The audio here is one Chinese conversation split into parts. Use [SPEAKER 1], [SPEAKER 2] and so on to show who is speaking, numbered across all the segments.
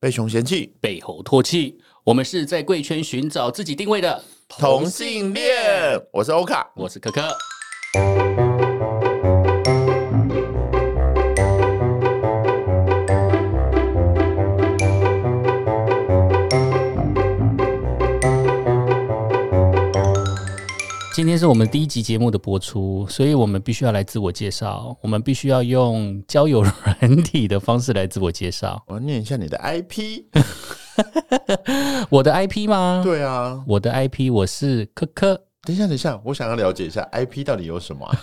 [SPEAKER 1] 被熊嫌弃，
[SPEAKER 2] 背后唾弃。我们是在贵圈寻找自己定位的
[SPEAKER 1] 同性恋。我是欧卡，
[SPEAKER 2] 我是可可。今天是我们第一集节目的播出，所以我们必须要来自我介绍，我们必须要用交友软体的方式来自我 介绍。
[SPEAKER 1] 我要念一下你的 IP。
[SPEAKER 2] 我的 IP 吗？，
[SPEAKER 1] 对啊，
[SPEAKER 2] 我的 IP 我是科科。
[SPEAKER 1] 等一下，等一下，我想要了解一下 IP 到底有什么、 啊。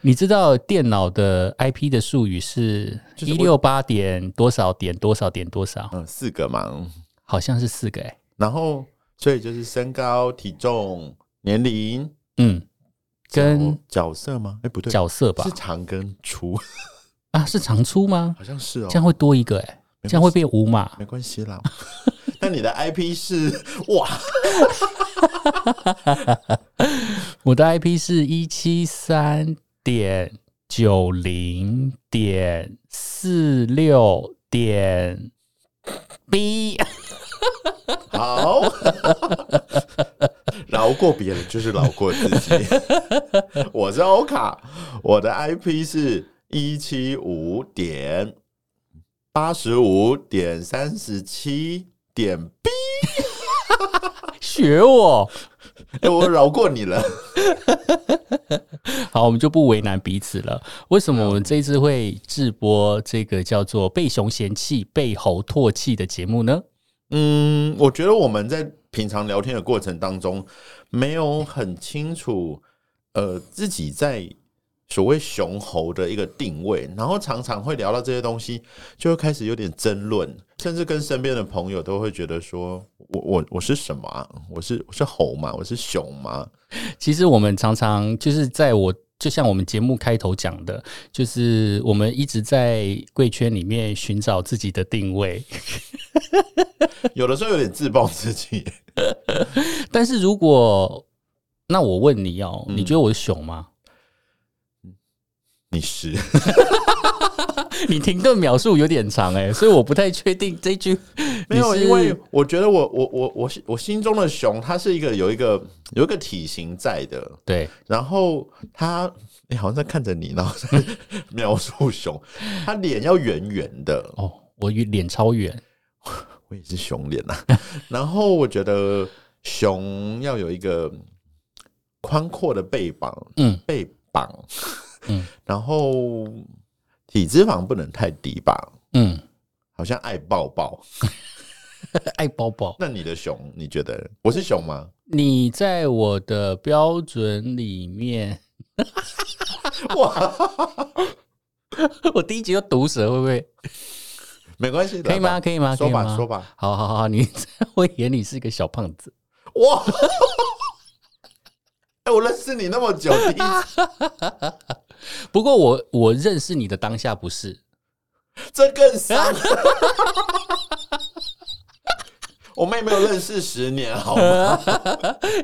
[SPEAKER 2] 你知道电脑的 IP 的术语是
[SPEAKER 1] 就是
[SPEAKER 2] 一
[SPEAKER 1] 我
[SPEAKER 2] 六八点多少点多少点多少？
[SPEAKER 1] 嗯，四个嘛，
[SPEAKER 2] 好像是四个哎、
[SPEAKER 1] 然后所以就是身高、体重、年龄、
[SPEAKER 2] 嗯，跟
[SPEAKER 1] 角角色吗？哎、不对，
[SPEAKER 2] 角色吧
[SPEAKER 1] 是？长跟粗，
[SPEAKER 2] 啊，是长出吗？
[SPEAKER 1] 好像是哦
[SPEAKER 2] 这。样会多一个哎、
[SPEAKER 1] 没关系
[SPEAKER 2] 这样会变五码。
[SPEAKER 1] 没关系 啦。那你的 IP 是 哇，
[SPEAKER 2] 我的 IP 是一七三点九零点四六点 B。
[SPEAKER 1] 好，饶过别人就是饶过自己。我是欧卡，我的 IP 是一七五点八十五点三十七点 B。
[SPEAKER 2] 学我。
[SPEAKER 1] 哎、我饶过你了。
[SPEAKER 2] 好，我们就不为难彼此了。为什么我们这一次会直播这个叫做“被熊嫌弃，被猴唾弃”的节目呢？
[SPEAKER 1] 嗯，我觉得我们在平常聊天的过程当中，没有很清楚，呃，自己在所谓雄猴的一个定位，然后常常会聊到这些东西，就会开始有点争论，甚至跟身边的朋友都会觉得说，我我我是什么啊、我是我是猴吗？我是熊吗？
[SPEAKER 2] 其实我们常常就是在我。就像我们节目开头讲的，就是我们一直在贵圈里面寻找自己的定位。
[SPEAKER 1] 有的时候有点自暴自弃。
[SPEAKER 2] 但是如果那我问你哦，
[SPEAKER 1] 嗯
[SPEAKER 2] 你觉得我是熊吗？
[SPEAKER 1] 你是
[SPEAKER 2] 你停顿描述有点长哎、所以我不太确定这句
[SPEAKER 1] 没有？
[SPEAKER 2] 你是
[SPEAKER 1] 因为我觉得我我我我是我心中的熊，它是一个有一个有一个体型在的，
[SPEAKER 2] 对
[SPEAKER 1] 然后他，你、好像在看着你，然后在描述熊，他脸要圆圆的，
[SPEAKER 2] 哦，我脸超圆，
[SPEAKER 1] 我也是熊脸啊。 然后我觉得熊要有一个宽阔的背膀，
[SPEAKER 2] 嗯，
[SPEAKER 1] 背膀，
[SPEAKER 2] 嗯，
[SPEAKER 1] 然后体脂肪不能太低吧，
[SPEAKER 2] 嗯，
[SPEAKER 1] 好像爱抱抱。
[SPEAKER 2] 爱包包。
[SPEAKER 1] 那你的熊，你觉得我是熊吗？
[SPEAKER 2] 你在我的标准里面，
[SPEAKER 1] 哇，
[SPEAKER 2] 我第一集就毒舌，会不会？
[SPEAKER 1] 没关系，
[SPEAKER 2] 可以
[SPEAKER 1] 来
[SPEAKER 2] 吗？
[SPEAKER 1] 吧？
[SPEAKER 2] 可以吗？
[SPEAKER 1] 啊说
[SPEAKER 2] 可以
[SPEAKER 1] 吧，
[SPEAKER 2] 吗
[SPEAKER 1] 说。吧。
[SPEAKER 2] 好好好，你 在我眼里是一个小胖子。
[SPEAKER 1] 哇！ 哎、我认识你那么久，第一次
[SPEAKER 2] 不过我我认识你的当下不是，
[SPEAKER 1] 这更伤。我妹没有认识十年，好吗？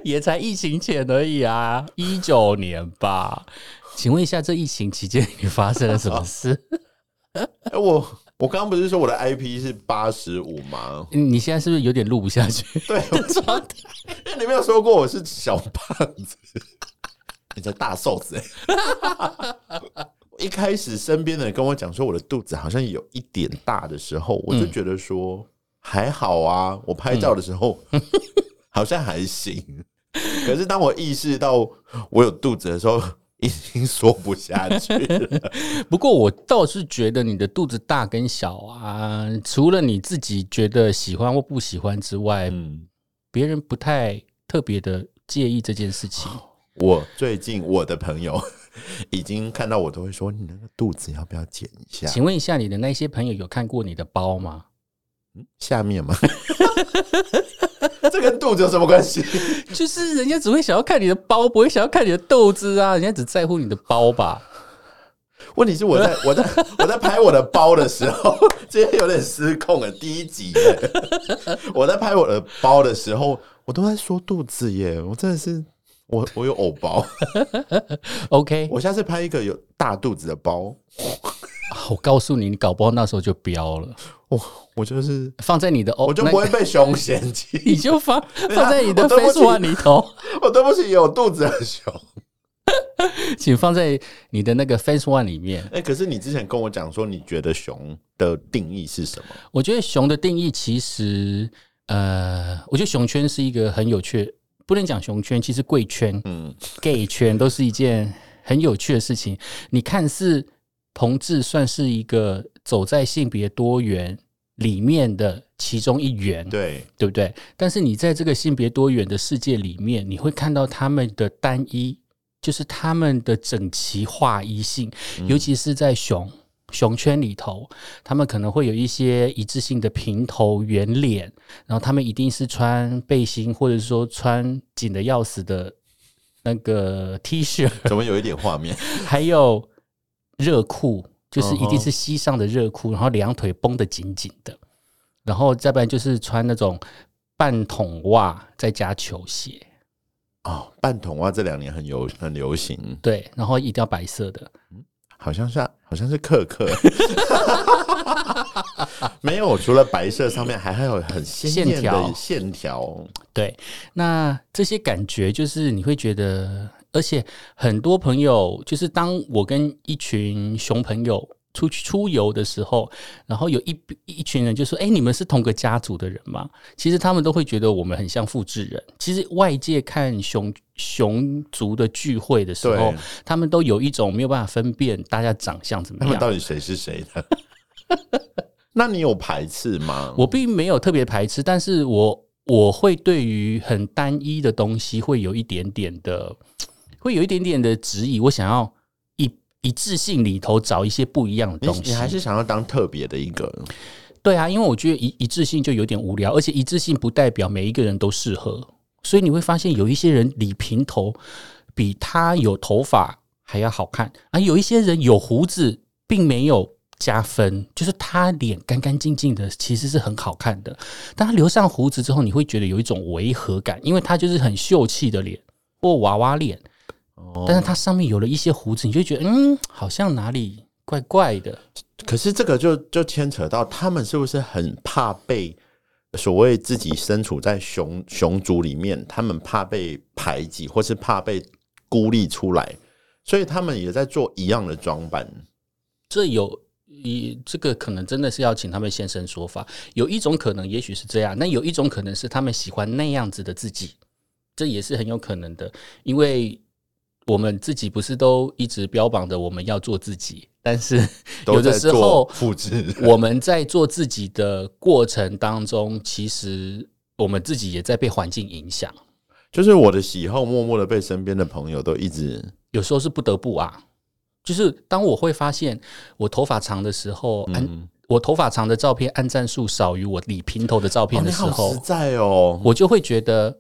[SPEAKER 2] 也才疫情前而已啊，一九年吧。请问一下，这疫情期间 你发生了什么事？
[SPEAKER 1] 哎、我我刚刚不是说我的 IP 是八十五吗？
[SPEAKER 2] 你现在是不是有点录不下去？
[SPEAKER 1] 对， 你没有说过我是小胖子， 你才大瘦子、欸。 一开始身边的人跟我讲说我的肚子好像有一点大的时候，我就觉得说、还好啊，我拍照的时候、 好像还行。可是当我意识到我有肚子的时候，已经说不下去了。
[SPEAKER 2] 不过我倒是觉得你的肚子大跟小啊，除了你自己觉得喜欢或不喜欢之外，
[SPEAKER 1] 嗯，
[SPEAKER 2] 别人不太特别的介意这件事情。
[SPEAKER 1] 我最近我的朋友已经看到我都会说你那个肚子要不要减一下？
[SPEAKER 2] 请问一下，你的那些朋友有看过你的包吗？
[SPEAKER 1] 下面吗？ 这跟肚子有什么关系？
[SPEAKER 2] 就是人家只会想要看你的包，不会想要看你的豆子啊，人家只在乎你的包吧？
[SPEAKER 1] 问题是我在我在我在拍我的包的时候， 今天有点失控了。第一集耶， 我在拍我的包的时候，我都在说肚子耶，我真的是我我有偶包，
[SPEAKER 2] OK，
[SPEAKER 1] 我下次拍一个有大肚子的包，
[SPEAKER 2] 啊我告诉你，你搞不好那时候就标了。
[SPEAKER 1] 我哦我就是
[SPEAKER 2] 放在你的哦，
[SPEAKER 1] 我就不会
[SPEAKER 2] 那
[SPEAKER 1] 被熊嫌弃，
[SPEAKER 2] 你就放放在你的
[SPEAKER 1] 我对不起
[SPEAKER 2] Face One 里头，
[SPEAKER 1] 我对不起有肚子的熊。
[SPEAKER 2] 请放在你的那个 Face One 里面。
[SPEAKER 1] 哎、可是你之前跟我讲说，你觉得熊的定义是什么？
[SPEAKER 2] 我觉得熊的定义其实，呃，我觉得熊圈是一个很有趣，不能讲熊圈，其实贵圈、
[SPEAKER 1] 嗯，
[SPEAKER 2] gay 圈都是一件很有趣的事情。你看似同志算是一个走在性别多元里面的其中一员，
[SPEAKER 1] 对，
[SPEAKER 2] 对不对？但是你在这个性别多元的世界里面，你会看到他们的单一，就是他们的整齐划一性，尤其是在熊熊圈里头，他们可能会有一些一致性的平头圆脸，然后他们一定是穿背心，或者说穿紧的要死的那个 T 恤，
[SPEAKER 1] 怎么有一点画面？
[SPEAKER 2] 还有热裤，就是一定
[SPEAKER 1] 嗯哼
[SPEAKER 2] 是膝上的热裤，然后两腿绷得紧紧的，然后再不然就是穿那种半筒袜，再加球鞋，
[SPEAKER 1] 哦，半桶袜这两年很流很流行，
[SPEAKER 2] 对，然后一定要白色的。
[SPEAKER 1] 好像是啊好像是克克， 没有，除了白色上面还还有很鲜艳
[SPEAKER 2] 线条哎
[SPEAKER 1] 的线条。
[SPEAKER 2] 对，那这些感觉就是你会觉得，而且很多朋友就是当我跟一群熊朋友出去出游的时候，然后有一一群人就说：“哎、你们是同个家族的人吗？”其实他们都会觉得我们很像复制人。其实外界看熊熊族的聚会的时候
[SPEAKER 1] 对，
[SPEAKER 2] 他们都有一种没有办法分辨大家长相怎么
[SPEAKER 1] 他们
[SPEAKER 2] 样。
[SPEAKER 1] 到底谁是谁的？ 那你有排斥吗？
[SPEAKER 2] 我并没有特别排斥，但是我我会对于很单一的东西会有一点点的，会有一点点的质疑。我想要一一致性里头找一些不一样的
[SPEAKER 1] 你
[SPEAKER 2] 东西。
[SPEAKER 1] 你还是想要当特别的一个？
[SPEAKER 2] 对啊，因为我觉得一一致性就有点无聊，而且一致性不代表每一个人都适合，所以你会发现有一些人理平头比他有头发还要好看，而有一些人有胡子并没有加分，就是他脸干干净净的其实是很好看的，但他留上胡子之后，你会觉得有一种违和感，因为他就是很秀气的脸或娃娃脸，
[SPEAKER 1] 哦
[SPEAKER 2] 但是他上面有了一些胡子，你就会觉得嗯，好像哪里怪怪的。
[SPEAKER 1] 可是这个就就牵扯到他们是不是很怕被所谓自己身处在熊熊族里面，他们怕被排挤，或是怕被孤立出来，所以他们也在做一样的装扮。
[SPEAKER 2] 这有一这个可能真的是要请他们现身说法。有一种可能也许是这样，那有一种可能是他们喜欢那样子的自己，这也是很有可能的。因为我们自己不是都一直标榜着我们要做自己，但是
[SPEAKER 1] 都
[SPEAKER 2] 有的
[SPEAKER 1] 在
[SPEAKER 2] 时
[SPEAKER 1] 做
[SPEAKER 2] 候
[SPEAKER 1] 复制，
[SPEAKER 2] 我们在做自己的过程当中，其实我们自己也在被环境影响，
[SPEAKER 1] 就是我的喜好，默默的被身边的朋友都一直
[SPEAKER 2] 有时候是不得不啊。就是当我会发现我头发长的时候，按
[SPEAKER 1] 嗯，
[SPEAKER 2] 我头发长的照片按赞数少于我理平头的照
[SPEAKER 1] 哦
[SPEAKER 2] 片
[SPEAKER 1] 你
[SPEAKER 2] 的时
[SPEAKER 1] 好
[SPEAKER 2] 候，
[SPEAKER 1] 实在哦。
[SPEAKER 2] 我就会觉得，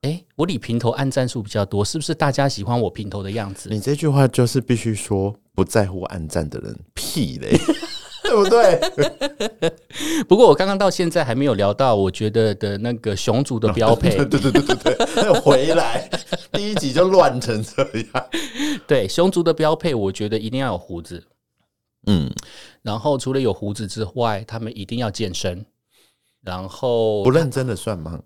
[SPEAKER 2] 哎、我理平头按赞数比较多，是不是大家喜欢我平头的样子？
[SPEAKER 1] 你这句话就是必须说不在乎暗战的人屁嘞， 对不对？
[SPEAKER 2] 不过我刚刚到现在还没有聊到，我觉得的那个熊族的标配，
[SPEAKER 1] 对对对对对对，回来第一集就乱成这样。
[SPEAKER 2] 对熊族的标配，我觉得一定要有胡子。
[SPEAKER 1] 嗯，
[SPEAKER 2] 然后除了有胡子之外，他们一定要健身。然后
[SPEAKER 1] 不认真的算吗？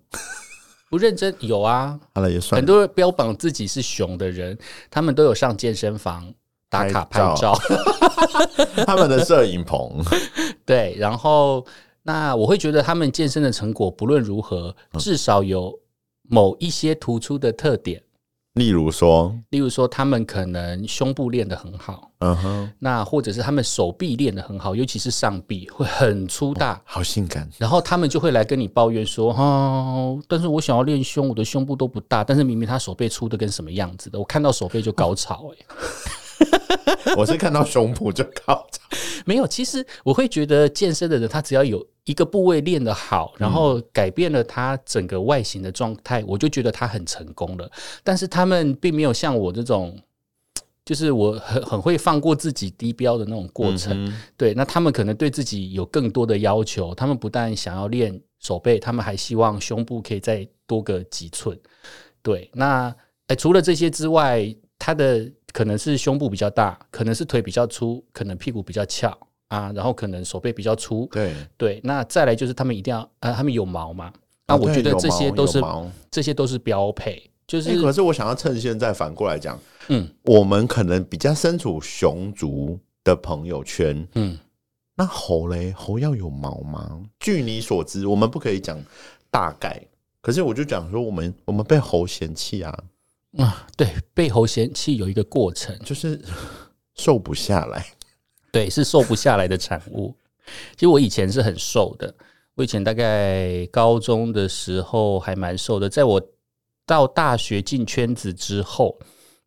[SPEAKER 2] 不认真有啊，
[SPEAKER 1] 好了，也算
[SPEAKER 2] 很。多标榜自己是熊的人，他们都有上健身房打卡
[SPEAKER 1] 拍
[SPEAKER 2] 拍
[SPEAKER 1] 照
[SPEAKER 2] 照。
[SPEAKER 1] 他们的摄影棚，
[SPEAKER 2] 对，然后那我会觉得他们健身的成果不论如何，至少有某一些突出的特点，
[SPEAKER 1] 例如说，
[SPEAKER 2] 例如说他们可能胸部练得很好，
[SPEAKER 1] 嗯哼，
[SPEAKER 2] 那或者是他们手臂练得很好，尤其是上臂会很粗大。
[SPEAKER 1] 好性感，
[SPEAKER 2] 然后他们就会来跟你抱怨说：“哦，但是我想要练胸，我的胸部都不大，但是明明他手背粗的跟什么样子的，我看到手背就高潮、欸。”
[SPEAKER 1] 我是看到胸部就高潮。
[SPEAKER 2] 没有，其实我会觉得健身的人，他只要有一个部位练得好，然后改变了他整个外形的状态，我就觉得他很成功了。但是他们并没有像我这种，就是我很很会放过自己低标的那种过程。
[SPEAKER 1] 嗯
[SPEAKER 2] 对，那他们可能对自己有更多的要求，他们不但想要练手背，他们还希望胸部可以再多个几寸。对，那哎，除了这些之外，他的可能是胸部比较大，可能是腿比较粗，可能屁股比较翘，啊，然后可能手背比较粗，
[SPEAKER 1] 对，
[SPEAKER 2] 对，那再来就是他们一定要呃，他们有毛嘛，那、
[SPEAKER 1] 哦
[SPEAKER 2] 我
[SPEAKER 1] 对
[SPEAKER 2] 觉得
[SPEAKER 1] 有
[SPEAKER 2] 这些
[SPEAKER 1] 毛
[SPEAKER 2] 都
[SPEAKER 1] 有
[SPEAKER 2] 是
[SPEAKER 1] 毛
[SPEAKER 2] 这些都是标配，就是、
[SPEAKER 1] 欸可是我想要趁现在反过来讲，
[SPEAKER 2] 嗯
[SPEAKER 1] 我们可能比较身处熊族的朋友圈，
[SPEAKER 2] 嗯，
[SPEAKER 1] 那猴嘞，猴要有毛吗？据你所知，我们不可以讲大概，可是我就讲说，我们我们被猴嫌弃啊，
[SPEAKER 2] 啊，对，被猴嫌弃有一个过程，
[SPEAKER 1] 就是 瘦不下来。
[SPEAKER 2] 对，是瘦不下来的产物。其实我以前是很瘦的，我以前大概高中的时候还蛮瘦的，在我到大学进圈子之后，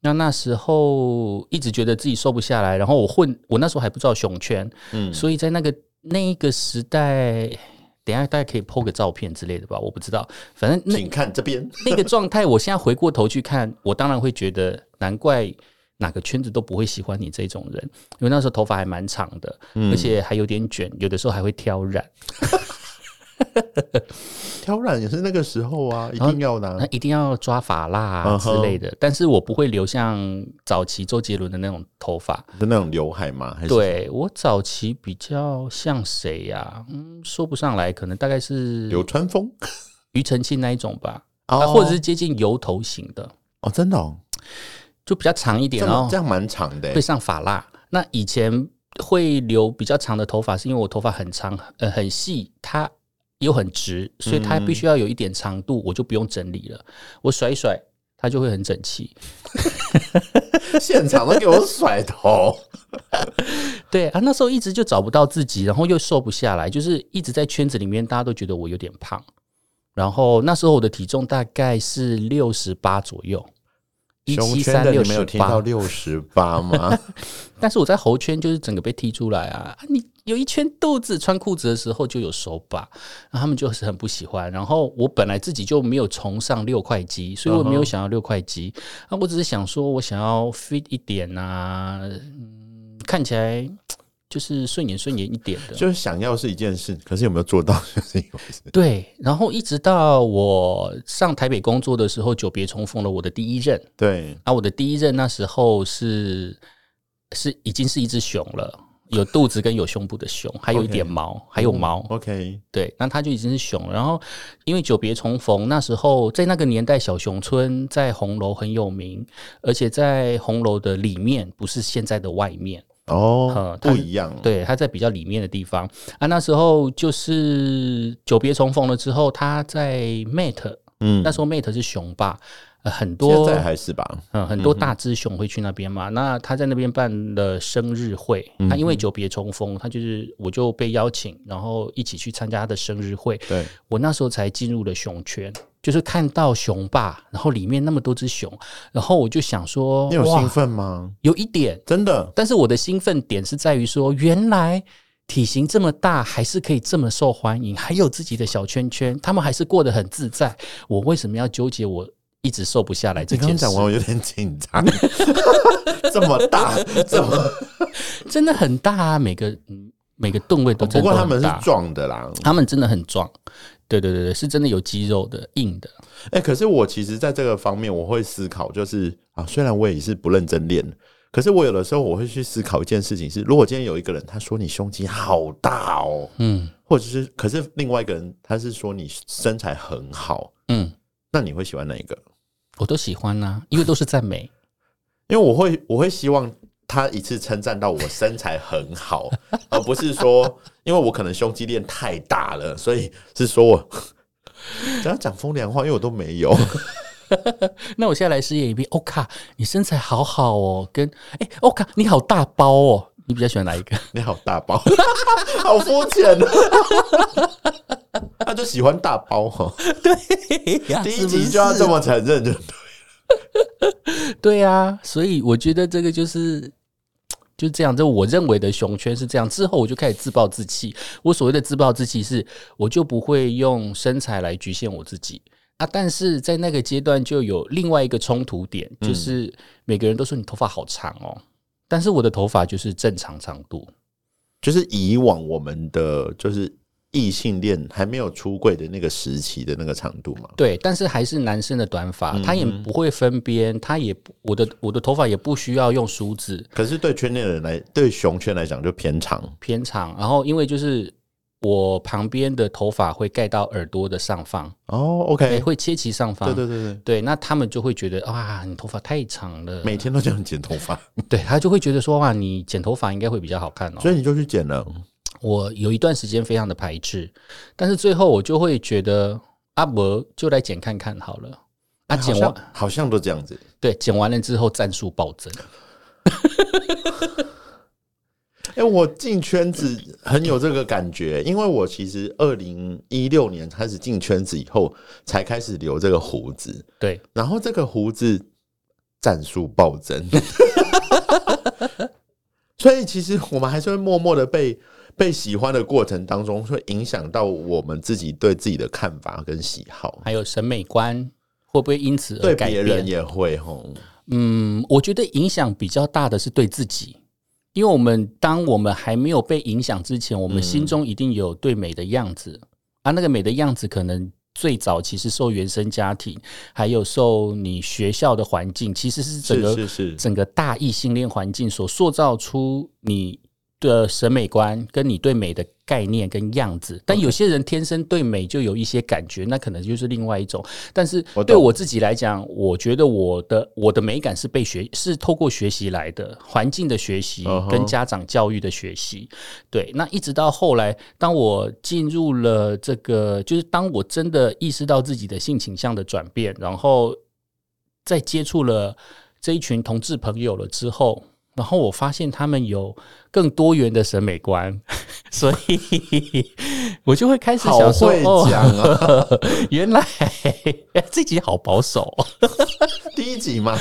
[SPEAKER 2] 那那时候一直觉得自己瘦不下来，然后我混，我那时候还不知道熊圈，
[SPEAKER 1] 嗯，
[SPEAKER 2] 所以在那个那一个时代，等一下大家可以 PO 个照片之类的吧，我不知道，反正那
[SPEAKER 1] 请看这边，
[SPEAKER 2] 那个状态，我现在回过头去看，我当然会觉得难怪哪个圈子都不会喜欢你这种人，因为那时候头发还蛮长的，
[SPEAKER 1] 嗯
[SPEAKER 2] 嗯而且还有点卷，有的时候还会挑染，
[SPEAKER 1] 挑染也是那个时候啊，一定要的啊、
[SPEAKER 2] 那一定要抓发蜡、啊
[SPEAKER 1] 嗯
[SPEAKER 2] 之
[SPEAKER 1] 哼
[SPEAKER 2] 类的。但是我不会留像早期周杰伦的那种头发，
[SPEAKER 1] 的那种刘海吗？还是，
[SPEAKER 2] 对我早期比较像谁呀、嗯，说不上来，可能大概是
[SPEAKER 1] 流川枫
[SPEAKER 2] 庾澄庆那一种吧，啊
[SPEAKER 1] 哦
[SPEAKER 2] 或者是接近油头型的，
[SPEAKER 1] 哦，真的哦，
[SPEAKER 2] 就比较长一点，哦
[SPEAKER 1] 这
[SPEAKER 2] 然后
[SPEAKER 1] 样这样蛮长的欸、
[SPEAKER 2] 会上发蜡。那以前会留比较长的头发，是因为我头发很长，呃，很细，它又很直，所以它
[SPEAKER 1] 嗯
[SPEAKER 2] 必须要有一点长度，我就不用整理了。我甩一甩，它就会很整齐。
[SPEAKER 1] 欸现场都给我甩头，
[SPEAKER 2] 对啊，那时候一直就找不到自己，然后又瘦不下来，就是一直在圈子里面，大家都觉得我有点胖。然后那时候我的体重大概是六十八左右，一
[SPEAKER 1] 熊
[SPEAKER 2] 七
[SPEAKER 1] 圈
[SPEAKER 2] 三
[SPEAKER 1] 的
[SPEAKER 2] 六
[SPEAKER 1] 你们有
[SPEAKER 2] 十
[SPEAKER 1] 听
[SPEAKER 2] 八
[SPEAKER 1] 到。六十八吗？
[SPEAKER 2] 但是我在猴圈就是整个被踢出来啊！啊你有一圈肚子，穿裤子的时候就有手把，然后他们就是很不喜欢。然后我本来自己就没有崇尚六块肌，所以我没有想要六块肌，啊，我只是想说我想要 fit 一点啊，嗯，看起来就是顺眼顺眼一点的。
[SPEAKER 1] 就是想要是一件事，可是有没有做到 就是一回事。
[SPEAKER 2] 对，然后一直到我上台北工作的时候，久别重逢了我的第一任，
[SPEAKER 1] 对，
[SPEAKER 2] 啊，我的第一任那时候是是已经是一只熊了，有肚子跟有胸部的熊，还有一点毛还有毛。
[SPEAKER 1] 嗯 OK，
[SPEAKER 2] 对，那它就已经是熊了。然后因为久别重逢，那时候在那个年代，小熊村在红楼很有名，而且在红楼的里面，不是现在的外面。
[SPEAKER 1] 哦
[SPEAKER 2] 呃，它
[SPEAKER 1] 不
[SPEAKER 2] 是
[SPEAKER 1] 一样，，
[SPEAKER 2] 对，它在比较里面的地方啊。那时候就是久别重逢了之后，他在 Mate，
[SPEAKER 1] 嗯
[SPEAKER 2] 那，时候 Mate 是熊爸，呃很
[SPEAKER 1] 现
[SPEAKER 2] 多
[SPEAKER 1] 在还是吧，
[SPEAKER 2] 嗯，很多大只熊会去那边嘛。那他在那边办了生日会，他、
[SPEAKER 1] 嗯
[SPEAKER 2] 因为久别重逢，他就是我就被邀请，然后一起去参加他的生日会。
[SPEAKER 1] 对，
[SPEAKER 2] 我那时候才进入了熊圈，就是看到熊爸，然后里面那么多只熊，然后我就想说，
[SPEAKER 1] 你有兴
[SPEAKER 2] 哇，
[SPEAKER 1] 奋吗？
[SPEAKER 2] 有一点，
[SPEAKER 1] 真的，
[SPEAKER 2] 但是我的兴奋点是在于说，原来体型这么大还是可以这么受欢迎，还有自己的小圈圈，他们还是过得很自在。我为什么要纠结我一直瘦不下来这
[SPEAKER 1] 你刚刚
[SPEAKER 2] 件事
[SPEAKER 1] 讲？完我有点紧张， 这么 大，这么，
[SPEAKER 2] 真的很大啊，每个嗯每个吨位
[SPEAKER 1] 哦
[SPEAKER 2] 都
[SPEAKER 1] 不
[SPEAKER 2] 真的
[SPEAKER 1] 过
[SPEAKER 2] 都
[SPEAKER 1] 他们
[SPEAKER 2] 很
[SPEAKER 1] 是
[SPEAKER 2] 大，
[SPEAKER 1] 壮的啦。
[SPEAKER 2] 他们真的很壮。对对对对，是真的有肌肉的，硬的。
[SPEAKER 1] 哎，可是我其实在这个方面我会思考，就是啊，虽然我也是不认真练。可是我有的时候我会去思考一件事情是，如果今天有一个人他说你胸肌好大哦，
[SPEAKER 2] 嗯
[SPEAKER 1] 或者是可是另外一个人他是说你身材很好，
[SPEAKER 2] 嗯，
[SPEAKER 1] 那你会喜欢哪一个？
[SPEAKER 2] 我都喜欢呐、因为都是赞美。
[SPEAKER 1] 因为我会我会希望他一次称赞到我身材很好，而不是说因为我可能胸肌练太大了，所以是说我 只要讲风凉话，因为我都没有。
[SPEAKER 2] 那我现在来试验一遍。欧、卡，你身材好好哦，跟哎欧、卡你好大包哦，你比较喜欢哪一个？
[SPEAKER 1] 你好大包，好肤浅 啊！他就喜欢大包哈， 第一集就要这么承认，就
[SPEAKER 2] 对啊，所以我觉得这个就是。就这样，这我认为的熊圈是这样。之后我就开始自暴自弃。我所谓的自暴自弃是，我就不会用身材来局限我自己啊。但是在那个阶段，就有另外一个冲突点，就是每个人都说你头发好长哦，但是我的头发就是正常长度。
[SPEAKER 1] 就是以往我们的就是异性恋还没有出柜的那个时期的那个长度吗？
[SPEAKER 2] 对，但是还是男生的短发，他也不会分边，他也不我的我的头发也不需要用梳子
[SPEAKER 1] 可是对圈内人来，对熊圈来讲就偏长。
[SPEAKER 2] 偏长，然后因为就是我旁边的头发会盖到耳朵的上方，
[SPEAKER 1] 哦
[SPEAKER 2] 对，
[SPEAKER 1] ，OK，
[SPEAKER 2] 会切齐上方，
[SPEAKER 1] 对对对对，
[SPEAKER 2] 对那他们就会觉得哇，你头发太长了，
[SPEAKER 1] 每天都这样剪头发，
[SPEAKER 2] 对他就会觉得说哇，你剪头发应该会比较好看哦。
[SPEAKER 1] 所以你就去剪了。
[SPEAKER 2] 我有一段时间非常的排斥，但是最后我就会觉得阿伯就来剪看看好了。啊，
[SPEAKER 1] 哎好
[SPEAKER 2] 剪
[SPEAKER 1] 像
[SPEAKER 2] 完
[SPEAKER 1] 好像都这样子。
[SPEAKER 2] 对，剪完了之后战术暴增。
[SPEAKER 1] 哎、我进圈子很有这个感觉，因为我其实二零一六年开始进圈子以后，才开始留这个胡子，
[SPEAKER 2] 对，
[SPEAKER 1] 然后这个胡子战术暴 增，所以其实我们还是会默默的被被喜欢的过程当中，会影响到我们自己对自己的看法跟喜好，
[SPEAKER 2] 还有审美观会不会因此而
[SPEAKER 1] 对
[SPEAKER 2] 改
[SPEAKER 1] 别人
[SPEAKER 2] 变？
[SPEAKER 1] 也会吼。
[SPEAKER 2] 嗯，我觉得影响比较大的是对自己，因为我们当我们还没有被影响之前，我们心中一定有对美的样子、啊，那个美的样子可能。最早其实受原生家庭，还有受你学校的环境，其实是整个
[SPEAKER 1] 是是是，
[SPEAKER 2] 整个大异性恋环境所塑造出你的审美观跟你对美的概念跟样子。但有些人天生对美就有一些感觉，那可能就是另外一种。但是
[SPEAKER 1] 我
[SPEAKER 2] 对
[SPEAKER 1] 懂
[SPEAKER 2] 我自己来讲，我觉得我的我的美感是被学是透过学习来的，环境的学习
[SPEAKER 1] 嗯哼
[SPEAKER 2] 跟家长教育的学习。对，那一直到后来，当我进入了这个，就是当我真的意识到自己的性倾向的转变，然后在接触了这一群同志朋友了之后，然后我发现他们有更多元的审美观， 所以我就会开始
[SPEAKER 1] 好
[SPEAKER 2] 想说，
[SPEAKER 1] 会讲
[SPEAKER 2] 哦，
[SPEAKER 1] 啊！
[SPEAKER 2] 原来这集好保守哦，
[SPEAKER 1] 第一集 嘛，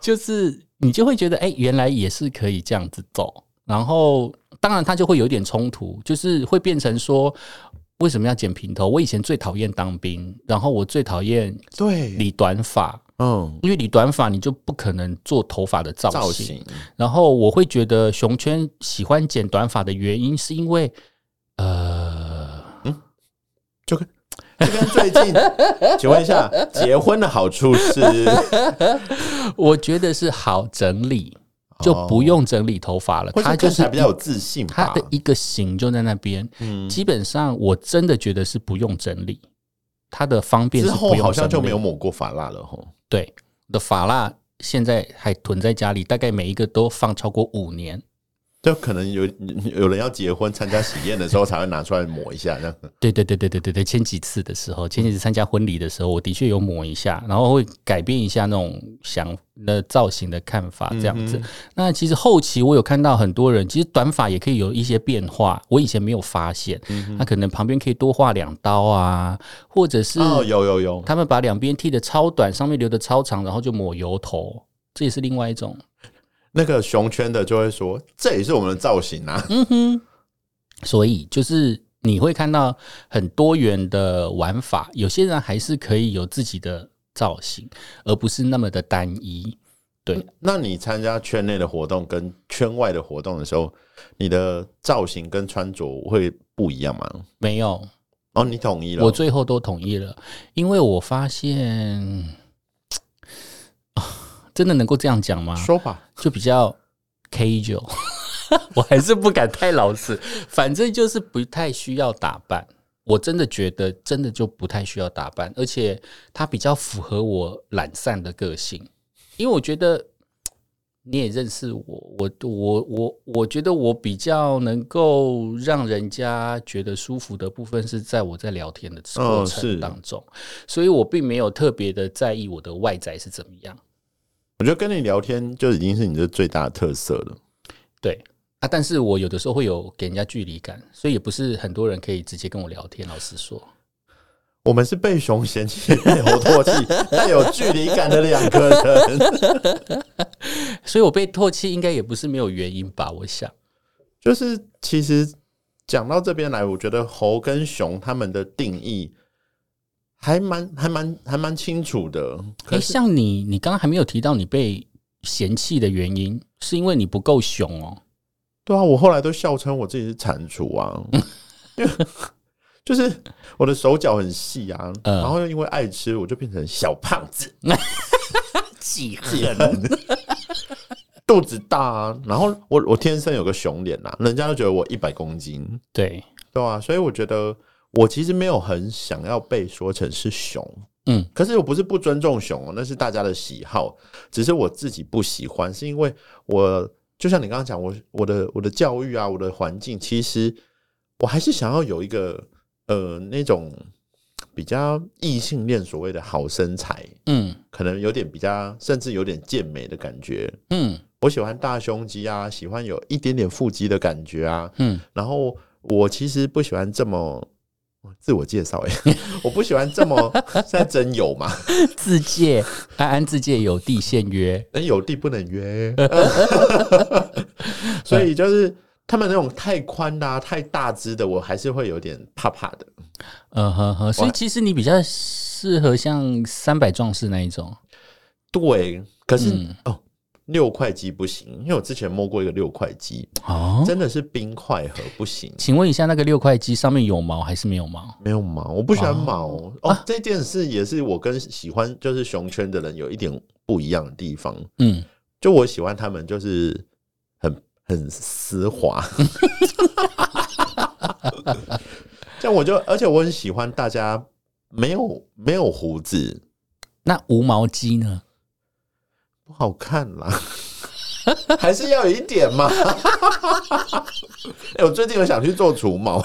[SPEAKER 2] 就是你就会觉得，哎、原来也是可以这样子走。然后，当然它就会有一点冲突，就是会变成说，为什么要剪平头？我以前最讨厌当兵，然后我最讨厌
[SPEAKER 1] 对，
[SPEAKER 2] 理短发，
[SPEAKER 1] 嗯，
[SPEAKER 2] 因为理短发你就不可能做头发的造型。
[SPEAKER 1] 造型
[SPEAKER 2] 然后我会觉得熊圈喜欢剪短发的原因，是因为呃，
[SPEAKER 1] 哦就跟 就跟最 近，请问一下，结婚的好处是
[SPEAKER 2] 我觉得是好整理，就不用整理头发了，
[SPEAKER 1] 哦或
[SPEAKER 2] 它
[SPEAKER 1] 者
[SPEAKER 2] 就
[SPEAKER 1] 看起
[SPEAKER 2] 是
[SPEAKER 1] 来比较有自信
[SPEAKER 2] 它
[SPEAKER 1] 吧
[SPEAKER 2] 的？一个型就在那边。
[SPEAKER 1] 啊嗯，
[SPEAKER 2] 基本上我真的觉得是不用整理，它的方便
[SPEAKER 1] 之
[SPEAKER 2] 是
[SPEAKER 1] 后
[SPEAKER 2] 不
[SPEAKER 1] 好
[SPEAKER 2] 用
[SPEAKER 1] 像
[SPEAKER 2] 整理。
[SPEAKER 1] 就没有抹过发蜡了吼。
[SPEAKER 2] 对我的发蜡，现在还囤在家里，大概每一个都放超过五年。
[SPEAKER 1] 就可能有 有人要结婚参加喜宴的时候才会拿出来抹一下，这样
[SPEAKER 2] 对对对对对对对，前几次的时候，前几次参加婚礼的时候，我的确有抹一下，然后会改变一下那种想那造型的看法，这样子。
[SPEAKER 1] 嗯
[SPEAKER 2] 那其实后期我有看到很多人，其实短发也可以有一些变化，我以前没有发现，
[SPEAKER 1] 嗯
[SPEAKER 2] 那、可能旁边可以多画两刀啊，或者是
[SPEAKER 1] 哦，有有有，
[SPEAKER 2] 他们把两边剃的超短，上面留的超长，然后就抹油头，这也是另外一种。
[SPEAKER 1] 那个熊圈的就会说，这也是我们的造型啊。
[SPEAKER 2] 嗯所以就是你会看到很多元的玩法，有些人还是可以有自己的造型，而不是那么的单一。
[SPEAKER 1] 那你参加圈内的活动跟圈外的活动的时候，你的造型跟穿着会不一样吗？
[SPEAKER 2] 没有，
[SPEAKER 1] 哦，你统一了，
[SPEAKER 2] 我最后都同意了，因为我发现， 啊真的能够这样讲吗？
[SPEAKER 1] 说吧，
[SPEAKER 2] 就比较 casual，我 还是不敢太老实，反正就是不太需要打扮。我真的觉得，真的就不太需要打扮，而且它比较符合我懒散的个性，因为我觉得你也认识我，我我我我觉得我比较能够让人家觉得舒服的部分是在我在聊天的过
[SPEAKER 1] 哦是
[SPEAKER 2] 程当中，所以我并没有特别的在意我的外在是怎么样。
[SPEAKER 1] 我觉得跟你聊天就已经是你的最大的特色了。
[SPEAKER 2] 对啊，但是我有的时候会有给人家距离感，所以也不是很多人可以直接跟我聊天。老实说，
[SPEAKER 1] 我们是被熊嫌弃、被猴唾 弃、带有距离感的两个人，
[SPEAKER 2] 所以我被唾弃应该也不是没有原因吧？我想，
[SPEAKER 1] 就是其实讲到这边来，我觉得猴跟熊他们的定义还蛮、还蛮、还蛮清楚的。
[SPEAKER 2] 诶，
[SPEAKER 1] 可是
[SPEAKER 2] 像你，你刚刚还没有提到你被嫌弃的原因，是因为你不够熊哦。
[SPEAKER 1] 对啊，我后来都笑称我自己是蟾蜍啊。 就是我的手脚很细啊，
[SPEAKER 2] 嗯
[SPEAKER 1] 然后又因为爱吃，我就变成小胖子，
[SPEAKER 2] 几个
[SPEAKER 1] 贱人肚子大啊。然后我我天生有个熊脸啊，人家都觉得我一百公斤，
[SPEAKER 2] 对，
[SPEAKER 1] 对啊，所以我觉得我其实没有很想要被说成是熊，
[SPEAKER 2] 嗯，
[SPEAKER 1] 可是我不是不尊重熊哦，那是大家的喜好，只是我自己不喜欢，是因为我就像你刚刚讲，我我的我的教育啊，我的环境，其实我还是想要有一个呃那种比较异性恋所谓的好身材，
[SPEAKER 2] 嗯
[SPEAKER 1] 可能有点比较甚至有点健美的感觉。
[SPEAKER 2] 嗯
[SPEAKER 1] 我喜欢大胸肌啊，喜欢有一点点腹肌的感觉啊，
[SPEAKER 2] 嗯，
[SPEAKER 1] 然后我其实不喜欢这么自我介绍哎、 我不喜欢这么现在真有嘛，
[SPEAKER 2] 自介，安安自介有地限约，
[SPEAKER 1] 人哎有地不能约， 所以就是他们那种太宽啦、太大只的，我还是会有点怕怕的。
[SPEAKER 2] 嗯哼哼，所以其实你比较适合像三百壮士那一种，
[SPEAKER 1] 对，可是、
[SPEAKER 2] 嗯
[SPEAKER 1] 哦，六块肌不行，因为我之前摸过一个六块肌，
[SPEAKER 2] 哦。
[SPEAKER 1] 真的是冰块盒不行。
[SPEAKER 2] 请问一下，那个六块肌上面有毛还是没有毛？
[SPEAKER 1] 没有毛，我不喜欢毛哦这件事也是我跟喜欢就是熊圈的人有一点不一样的地方。
[SPEAKER 2] 嗯，
[SPEAKER 1] 就我喜欢他们，就是很很丝滑。 这样我就，而且我很喜欢大家没有没有胡子，
[SPEAKER 2] 那无毛鸡呢？
[SPEAKER 1] 不好看啦， 还是要有一点嘛。 哎、我最近有想去做除毛，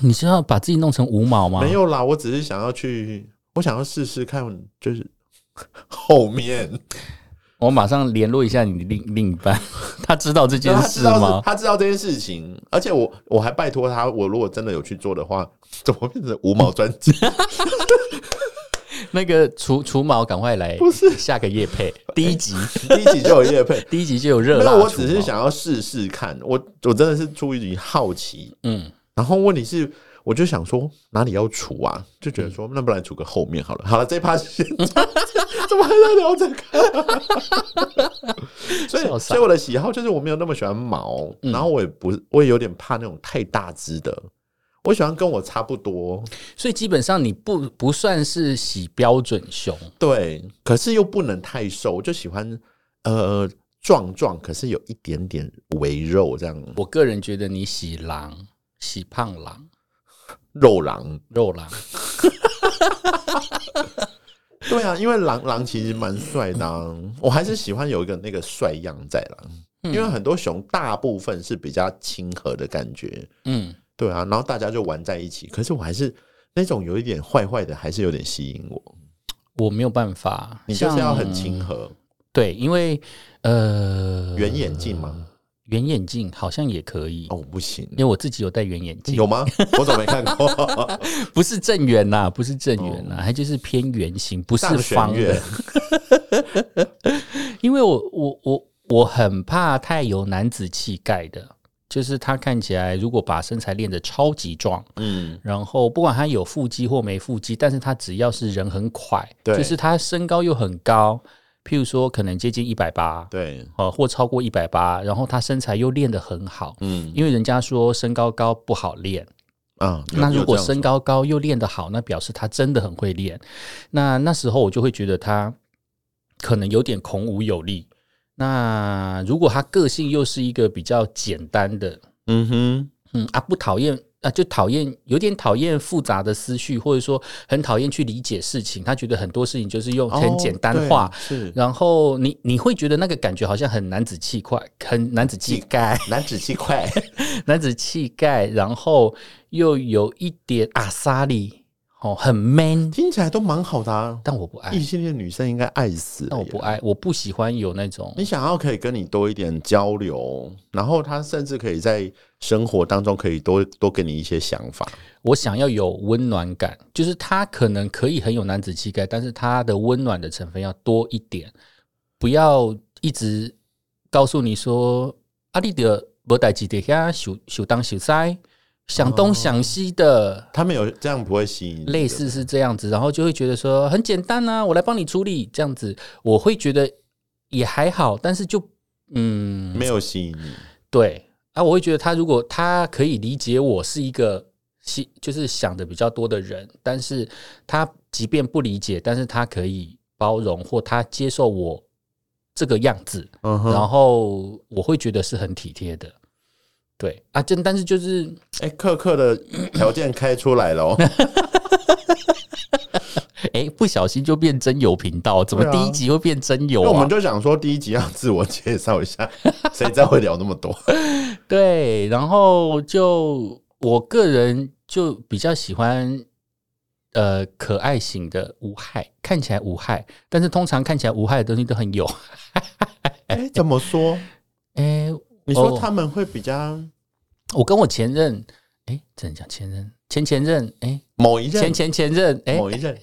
[SPEAKER 2] 你是要把自己弄成无毛吗？
[SPEAKER 1] 没，有啦，我只是想要去，我想要试试看，就是 后面
[SPEAKER 2] 我马上联络一下你另另一半， 他知道这件
[SPEAKER 1] 他
[SPEAKER 2] 事
[SPEAKER 1] 知道是
[SPEAKER 2] 吗？
[SPEAKER 1] 他知道这件事情，而且我我还拜托他，我如果真的有去做的话，怎么变成无毛专 辑？
[SPEAKER 2] 那个除除毛，赶快来，
[SPEAKER 1] 不是
[SPEAKER 2] 下个夜 配第一集，
[SPEAKER 1] 第一集就有叶配。
[SPEAKER 2] 第一集就有热
[SPEAKER 1] 没
[SPEAKER 2] 辣
[SPEAKER 1] 有，
[SPEAKER 2] 除毛。
[SPEAKER 1] 我只是想要试试看，我我真的是出于好奇。
[SPEAKER 2] 嗯，
[SPEAKER 1] 然后问题是，我就想说哪里要除啊，就觉得
[SPEAKER 2] 嗯
[SPEAKER 1] 说那不然除个后面好了。好了，这一趴先怎么还在聊这个？所以，
[SPEAKER 2] 笑死嗯
[SPEAKER 1] 所以我的喜好就是我没有那么喜欢毛，然后我也不，我也有点怕那种太大只的。我喜欢跟我差不多，
[SPEAKER 2] 所以基本上你不不算是洗标准熊，
[SPEAKER 1] 对，可是又不能太瘦，我就喜欢呃壮壮，可是有一点点微肉这样，
[SPEAKER 2] 我个人觉得你洗狼、洗胖狼、
[SPEAKER 1] 肉狼
[SPEAKER 2] 肉 狼，
[SPEAKER 1] 对啊，因为狼狼其实蛮帅的、啊，我还是喜欢有一个那个帅样在啦。
[SPEAKER 2] 嗯
[SPEAKER 1] 因为很多熊大部分是比较亲和的感觉，
[SPEAKER 2] 嗯，
[SPEAKER 1] 对啊，然后大家就玩在一起。可是我还是那种有一点坏坏的，还是有点吸引我。
[SPEAKER 2] 我没有办法，
[SPEAKER 1] 你就是
[SPEAKER 2] 像
[SPEAKER 1] 要很亲和，
[SPEAKER 2] 对，因为呃，
[SPEAKER 1] 圆眼镜吗？
[SPEAKER 2] 圆眼镜好像也可以，
[SPEAKER 1] 哦，不行，
[SPEAKER 2] 因为我自己有戴圆眼镜，
[SPEAKER 1] 有吗？我怎么没看过？
[SPEAKER 2] 不是正圆呐、不是正圆呐、它就是偏圆形，不是
[SPEAKER 1] 哦上弦
[SPEAKER 2] 方
[SPEAKER 1] 月
[SPEAKER 2] 的。因为我我我我很怕太有男子气概的，就是他看起来如果把身材练得超级壮，
[SPEAKER 1] 嗯，
[SPEAKER 2] 然后不管他有腹肌或没腹肌，但是他只要是人很快，
[SPEAKER 1] 对
[SPEAKER 2] 就是他身高又很高，譬如说可能接近一百八，
[SPEAKER 1] 对，
[SPEAKER 2] 呃，或超过一百八，然后他身材又练得很好，
[SPEAKER 1] 嗯
[SPEAKER 2] 因为人家说身高高不好练，
[SPEAKER 1] 啊，有
[SPEAKER 2] 那如果
[SPEAKER 1] 有这样
[SPEAKER 2] 身高高又练得好，那表示他真的很会练。那那时候我就会觉得他可能有点孔武有力。那如果他个性又是一个比较简单的，
[SPEAKER 1] 嗯哼，
[SPEAKER 2] 嗯啊，不讨厌啊，就讨厌有点讨厌复杂的思绪，或者说很讨厌去理解事情。他觉得很多事情就是用很
[SPEAKER 1] 哦
[SPEAKER 2] 简单化，
[SPEAKER 1] 对是
[SPEAKER 2] 然后你你会觉得那个感觉好像很男子气概，很男子气概，
[SPEAKER 1] 男子气块，
[SPEAKER 2] 男子气概，然后又有一点阿萨里哦，很 man，
[SPEAKER 1] 听起来都蛮好的、啊。
[SPEAKER 2] 但我不爱
[SPEAKER 1] 异，性恋女生应该爱死了耶，
[SPEAKER 2] 哎但我不爱，我不喜欢有那种
[SPEAKER 1] 你想要可以跟你多一点交流，然后他甚至可以在生活当中可以多多给你一些想法。
[SPEAKER 2] 我想要有温暖感，就是他可能可以很有男子气概，但是他的温暖的成分要多一点，不要一直告诉你说阿丽的无代志底下手手当手塞，想东想西的。
[SPEAKER 1] 他们有这样不会吸引你的
[SPEAKER 2] 类似是这样子，然后就会觉得说很简单啊，我来帮你处理这样子，我会觉得也还好，但是就嗯，
[SPEAKER 1] 没有吸引你，
[SPEAKER 2] 对啊，我会觉得他如果他可以理解我是一个西就是想的比较多的人，但是他即便不理解，但是他可以包容或他接受我这个样子，
[SPEAKER 1] 嗯哼，
[SPEAKER 2] 然后我会觉得是很体贴的。对啊，真但是就是
[SPEAKER 1] 哎，克克的 条件开出来 了哦，
[SPEAKER 2] 啊哎、不小心就变真友频道，怎么
[SPEAKER 1] 对啊
[SPEAKER 2] 第一集会变真友
[SPEAKER 1] 那我
[SPEAKER 2] 啊
[SPEAKER 1] 们？就想说第一集要自我介绍一 下，谁知道会聊那么多？
[SPEAKER 2] 对，然后就我个人就比较喜欢。呃，可爱型的无害，看起来无害，但是通常看起来无害的东西都很有。
[SPEAKER 1] 哎，怎么说？
[SPEAKER 2] 哎、
[SPEAKER 1] 你说
[SPEAKER 2] 哦
[SPEAKER 1] 他们会比较
[SPEAKER 2] 我跟我前任，哎、怎么讲前任？前前任，哎、
[SPEAKER 1] 某一任
[SPEAKER 2] 前前前任，哎、
[SPEAKER 1] 某一任，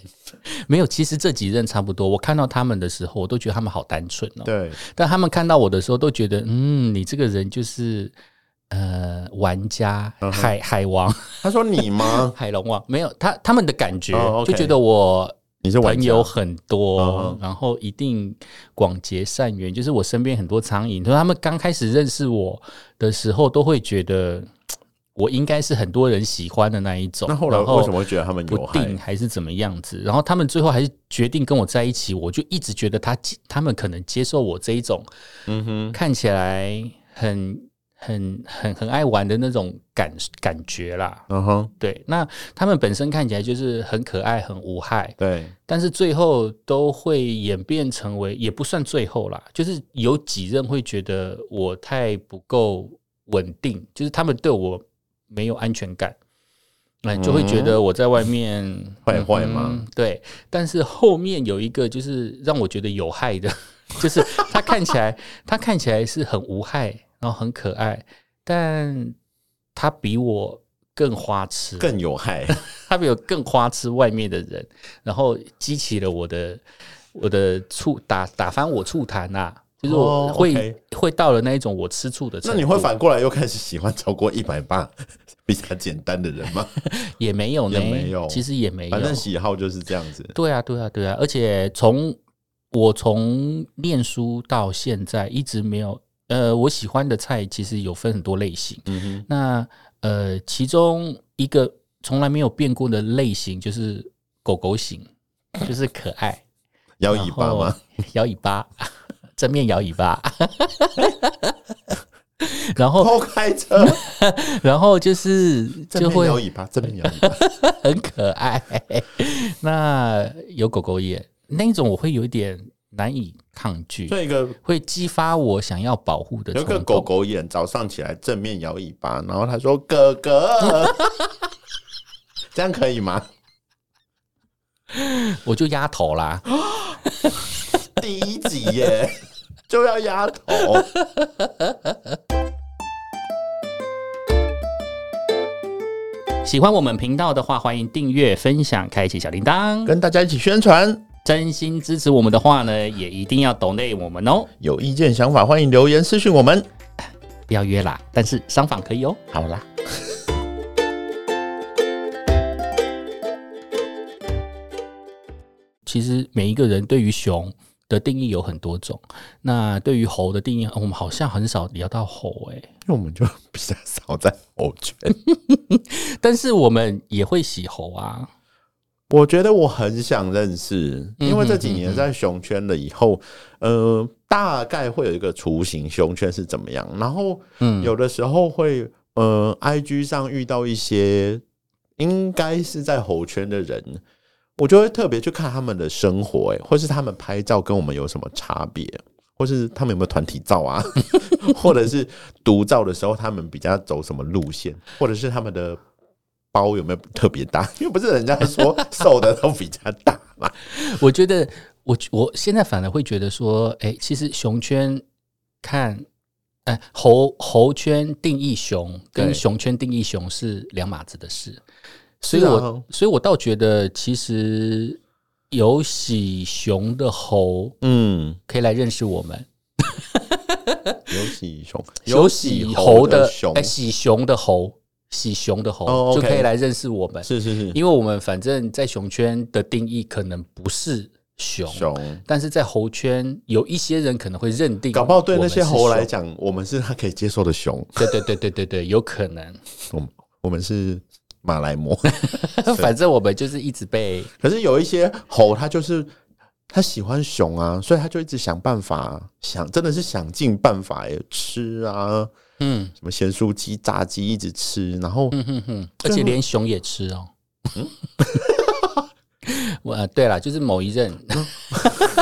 [SPEAKER 2] 没有，其实这几任差不多。我看到他们的时候，我都觉得他们好单纯哦。
[SPEAKER 1] 对，
[SPEAKER 2] 但他们看到我的时候，都觉得，嗯，你这个人就是呃玩家，
[SPEAKER 1] 嗯哼
[SPEAKER 2] 海海王，
[SPEAKER 1] 他说你 吗？
[SPEAKER 2] 海龙王。没有他他们的感觉，
[SPEAKER 1] 哦，OK
[SPEAKER 2] 就觉得我
[SPEAKER 1] 你是玩
[SPEAKER 2] 朋
[SPEAKER 1] 家
[SPEAKER 2] 友很多，
[SPEAKER 1] 嗯
[SPEAKER 2] 然后一定广结善缘。就是我身边很多苍蝇，所以他们刚开始认识我的时候，都会觉得嘖嗯我应该是很多人喜欢的那一种。
[SPEAKER 1] 那后来
[SPEAKER 2] 然
[SPEAKER 1] 为什么会觉得他们有
[SPEAKER 2] 不
[SPEAKER 1] 害
[SPEAKER 2] 定？还是怎么样子？然后他们最后还是决定跟我在一起，我就一直觉得他他们可能接受我这一种
[SPEAKER 1] 嗯哼，
[SPEAKER 2] 看起来很很很很爱玩的那种感感觉啦。
[SPEAKER 1] 嗯哼，
[SPEAKER 2] 对，那他们本身看起来就是很可爱、很无害，
[SPEAKER 1] 对，
[SPEAKER 2] 但是最后都会演变成为，也不算最后啦，就是有几任会觉得我太不够稳定，就是他们对我没有安全感，哎，就会觉得我在外面
[SPEAKER 1] 嗯坏坏吗
[SPEAKER 2] 嗯对，但是后面有一个就是让我觉得有害的， 就是他看起来他看起来是很无害，然后很可爱，但他比我更花痴，
[SPEAKER 1] 更有 害。
[SPEAKER 2] 他比我更花痴外面的人，然后激起了我的我的醋打打翻我醋坛呐、就是我
[SPEAKER 1] 哦
[SPEAKER 2] 会、
[SPEAKER 1] OK
[SPEAKER 2] 会到了那一种我吃醋的程
[SPEAKER 1] 那
[SPEAKER 2] 度。
[SPEAKER 1] 你会反过来又开始喜欢超过一百八比较简单的人吗？
[SPEAKER 2] 也没有呢，
[SPEAKER 1] 也没有
[SPEAKER 2] 其实也没有
[SPEAKER 1] 反。正喜好就是这样子。
[SPEAKER 2] 对啊，对啊，对啊，而且从我从念书到现在一直没有，呃，我喜欢的菜其实有分很多类型。
[SPEAKER 1] 嗯哼，
[SPEAKER 2] 那呃，其中一个从来没有变过的类型就是狗狗型，就是可爱。
[SPEAKER 1] 摇尾巴 吗？？
[SPEAKER 2] 摇尾巴，正面摇尾巴。 然后，
[SPEAKER 1] 偷开 车，
[SPEAKER 2] 然后就是就
[SPEAKER 1] 哦正面
[SPEAKER 2] 会
[SPEAKER 1] 摇尾巴，正面摇 尾巴。
[SPEAKER 2] 很可爱。 那有狗狗也那一种，我会有一点难以抗拒，
[SPEAKER 1] 这个
[SPEAKER 2] 会激发我想要保护的
[SPEAKER 1] 有
[SPEAKER 2] 冲
[SPEAKER 1] 一个
[SPEAKER 2] 动。
[SPEAKER 1] 狗狗眼，早上起来正面摇尾巴，然后他说：“哥 哥，这样可以吗
[SPEAKER 2] 我就压头啦。？”
[SPEAKER 1] 第一集耶 就要压头。
[SPEAKER 2] 喜欢我们频道的话，欢迎订阅、分享、开启小铃铛。
[SPEAKER 1] 跟大家一起宣传。
[SPEAKER 2] 真心支持我们的话呢，也一定要懂内我们哦。
[SPEAKER 1] 有意见想法，欢迎留言私讯我们。
[SPEAKER 2] 不要约啦，但是商访可以哦。
[SPEAKER 1] 好啦，
[SPEAKER 2] 其实每一个人对于熊的定义有很多种。那对于猴的定义，呃我们好像很少聊到猴诶、欸
[SPEAKER 1] 因为我们就比较少在猴圈。
[SPEAKER 2] 但是我们也会喜猴啊。
[SPEAKER 1] 我觉得我很想认识，
[SPEAKER 2] 嗯
[SPEAKER 1] 因为这几年在熊圈了以后，呃，大概会有一个雏形，熊圈是怎么样。然后
[SPEAKER 2] 嗯，
[SPEAKER 1] 有的时候会，呃，IG 上遇到一些应该是在猴圈的人，我就会特别去看他们的生活、欸，或是他们拍照跟我们有什么差别，或是他们有没有团体照啊， 或者是独照的时候他们比较走什么路线，或者是他们的。包有没有特别大？ 因为不是人家说瘦的都比较大嘛？
[SPEAKER 2] 我觉得我我现在反而会觉得说，诶，其实熊圈看。哎，猴猴圈定义熊跟
[SPEAKER 1] 对
[SPEAKER 2] 熊圈定义熊是两码子的事，所以
[SPEAKER 1] 是啊
[SPEAKER 2] 我、所以我倒觉得其实有喜熊的猴
[SPEAKER 1] 嗯，
[SPEAKER 2] 可以来认识我们，
[SPEAKER 1] 有喜熊，
[SPEAKER 2] 有
[SPEAKER 1] 喜
[SPEAKER 2] 喜猴的
[SPEAKER 1] 熊
[SPEAKER 2] 哎，，喜熊的猴，喜熊的猴、
[SPEAKER 1] 哦，OK
[SPEAKER 2] 就可以来认识我们，
[SPEAKER 1] 是是是，
[SPEAKER 2] 因为我们反正在熊圈的定义可能不是熊，
[SPEAKER 1] 熊
[SPEAKER 2] 但是在猴圈有一些人可能会认定，
[SPEAKER 1] 搞不好对那些猴来，讲，我们是他可以接受的熊，
[SPEAKER 2] 对对对对对对，有可能。
[SPEAKER 1] 我们我们是马来貘。
[SPEAKER 2] 反正我们就是一直被
[SPEAKER 1] 可是有一些猴，它就是它喜欢熊啊，所以它就一直想办法，想真的是想尽办法耶吃啊，
[SPEAKER 2] 嗯
[SPEAKER 1] 什么咸酥鸡、炸鸡一直吃，然后嗯
[SPEAKER 2] 嗯哼哼，而且连熊也吃哦。 我、呃对了，就是某一任，
[SPEAKER 1] 嗯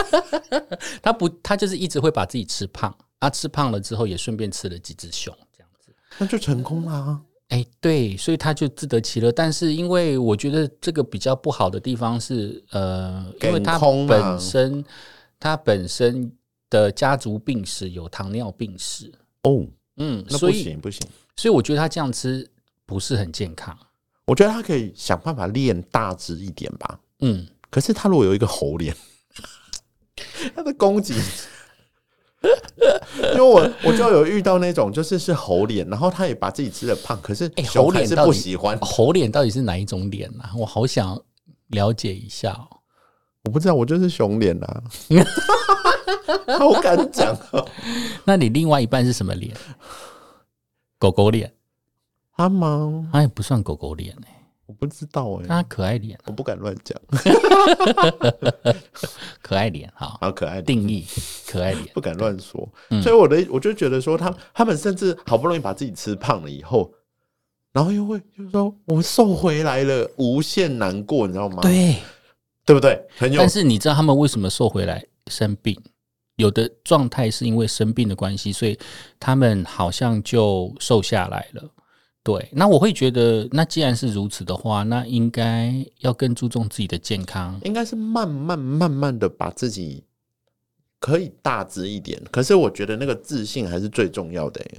[SPEAKER 2] 他不，他就是一直会把自己吃胖，啊，吃胖了之后也顺便吃了几只熊，这样子。
[SPEAKER 1] 那就成功啦、啊。
[SPEAKER 2] 哎，对，所以他就自得其乐。但是因为我觉得这个比较不好的地方是，呃，因为他
[SPEAKER 1] 梗空啊
[SPEAKER 2] 本身他本身的家族病史有糖尿病史，
[SPEAKER 1] 哦，
[SPEAKER 2] 嗯，
[SPEAKER 1] 那
[SPEAKER 2] 所
[SPEAKER 1] 不
[SPEAKER 2] 以
[SPEAKER 1] 行不行，
[SPEAKER 2] 所以我觉得他这样吃不是很健康，
[SPEAKER 1] 我觉得它可以想办法练大只一点吧。
[SPEAKER 2] 嗯。
[SPEAKER 1] 可是它如果有一个猴脸， 它的攻击。因为我我就有遇到那种就是是猴脸，然后他也把自己吃的胖，可是
[SPEAKER 2] 哎
[SPEAKER 1] 熊
[SPEAKER 2] 猴
[SPEAKER 1] 还
[SPEAKER 2] 脸
[SPEAKER 1] 是
[SPEAKER 2] 到底
[SPEAKER 1] 不喜欢。
[SPEAKER 2] 猴脸到底是哪一种脸啊？我好想了解一下、哦。
[SPEAKER 1] 我不知道，我就是熊脸啊，好敢讲啊！
[SPEAKER 2] 那你另外一半是什么脸？狗狗脸？
[SPEAKER 1] 他吗？
[SPEAKER 2] 它也不算狗狗脸哎、
[SPEAKER 1] 我不知道哎、
[SPEAKER 2] 它可爱脸，
[SPEAKER 1] 我不敢乱讲。
[SPEAKER 2] 可爱脸哈，
[SPEAKER 1] 好可爱的，
[SPEAKER 2] 定义可爱脸。
[SPEAKER 1] 不敢乱说。
[SPEAKER 2] 嗯
[SPEAKER 1] 所以我的我就觉得说他，他们甚至好不容易把自己吃胖了以后，然后又会就是说我们瘦回来了，无限难过，你知道吗？
[SPEAKER 2] 对，
[SPEAKER 1] 对不对？很有
[SPEAKER 2] 但是你知道他们为什么瘦回来生病？有的状态是因为生病的关系，所以他们好像就瘦下来了。对，那我会觉得，那既然是如此的话，那应该要更注重自己的健康。
[SPEAKER 1] 应该是慢慢慢慢的把自己可以大只一点，可是我觉得那个自信还是最重要的、欸。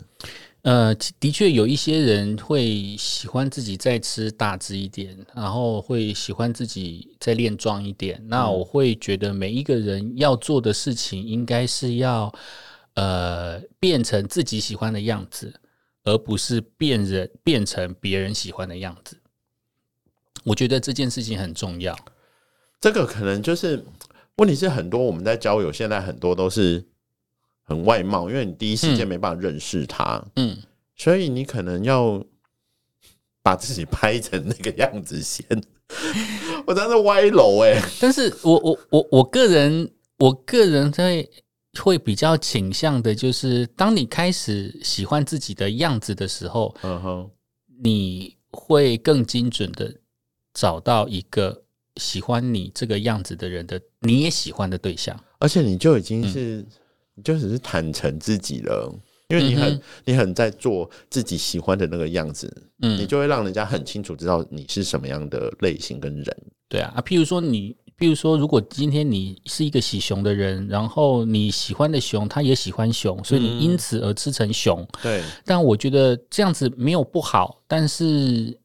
[SPEAKER 2] 呃，其的确有一些人会喜欢自己再吃大只一点，然后会喜欢自己再练壮一点。那我会觉得每一个人要做的事情，应该是要呃变成自己喜欢的样子，而不是变人变成别人喜欢的样子。我觉得这件事情很重要。
[SPEAKER 1] 这个可能就是问题是很多我们在交友，现在很多都是很外貌，因为你第一时间没办法认识他，
[SPEAKER 2] 嗯，
[SPEAKER 1] 所以你可能要把自己拍成那个样子先。我真的是歪楼哎、
[SPEAKER 2] 但是我我我我个人我个人在会比较倾向的就是，当你开始喜欢自己的样子的时候，
[SPEAKER 1] 嗯哼，
[SPEAKER 2] 你会更精准的找到一个喜欢你这个样子的人的你也喜欢的对象。
[SPEAKER 1] 而且你就已经是，你就只是坦诚自己了，因为你很、
[SPEAKER 2] 嗯
[SPEAKER 1] 你很在做自己喜欢的那个样子，你
[SPEAKER 2] 嗯，
[SPEAKER 1] 就会让人家很清楚知道你是什么样的类型跟人。
[SPEAKER 2] 对啊啊，譬如说你。譬如说，如果今天你是一个喜熊的人，然后你喜欢的熊，他也喜欢熊，所以你因此而吃成熊，
[SPEAKER 1] 对，
[SPEAKER 2] 但我觉得这样子没有不好，但是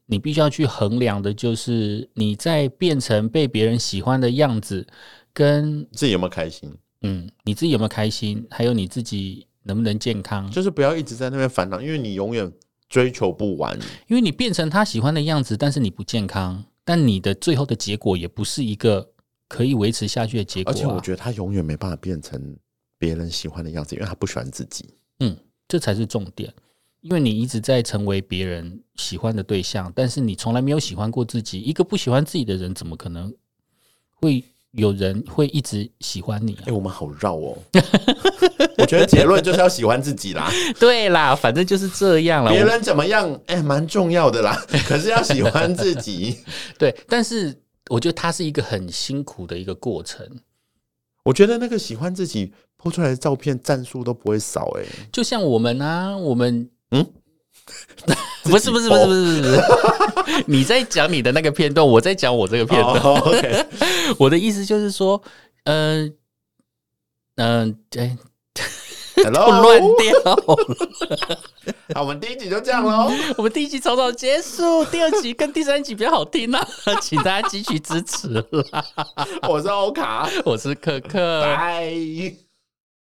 [SPEAKER 2] 你必须要去衡量的就是你在变成被别人喜欢的样子，跟
[SPEAKER 1] 自己有没有开心？
[SPEAKER 2] 嗯你自己有没有开心，还有你自己能不能健康。
[SPEAKER 1] 就是不要一直在那边烦恼，因为你永远追求不完。
[SPEAKER 2] 因为你变成他喜欢的样子，但是你不健康，但你的最后的结果也不是一个可以维持下去的结果、
[SPEAKER 1] 而
[SPEAKER 2] 啊。
[SPEAKER 1] 且我觉得他永远没办法变成别人喜欢的样子，因为他不喜欢自己。
[SPEAKER 2] 嗯，这才是重点，因为你一直在成为别人喜欢的对象，但是你从来没有喜欢过自己。一个不喜欢自己的人，怎么可能会有人会一直喜欢你
[SPEAKER 1] 哎、
[SPEAKER 2] 啊？
[SPEAKER 1] 我们好绕哦。 我觉得结论就是要喜欢自己 啦，
[SPEAKER 2] 对啦，反正就是这样啦。
[SPEAKER 1] 别
[SPEAKER 2] 我
[SPEAKER 1] 人怎么样，哎、蛮重要的 啦。可是要喜欢自己，
[SPEAKER 2] 对，但是我觉得它是一个很辛苦的一个过程。
[SPEAKER 1] 我觉得那个喜欢自己拍出来的照片赞数都不会少、哎，
[SPEAKER 2] 就像我们啊，我们
[SPEAKER 1] 嗯
[SPEAKER 2] 嗯， 不是不是不是不是不是， 你在讲你的那个片段，我在讲我这个片段。
[SPEAKER 1] 哦，OK，
[SPEAKER 2] 我的意思就是说，呃，嗯、呃，哎、
[SPEAKER 1] Hello，
[SPEAKER 2] 我乱掉。
[SPEAKER 1] 好，我们第一集就这样喽。
[SPEAKER 2] 我们第一集草草结束，第二集跟第三集比较好听啦、 请大家继续支持啦。
[SPEAKER 1] 我是欧卡，
[SPEAKER 2] 我是可可，
[SPEAKER 1] 拜。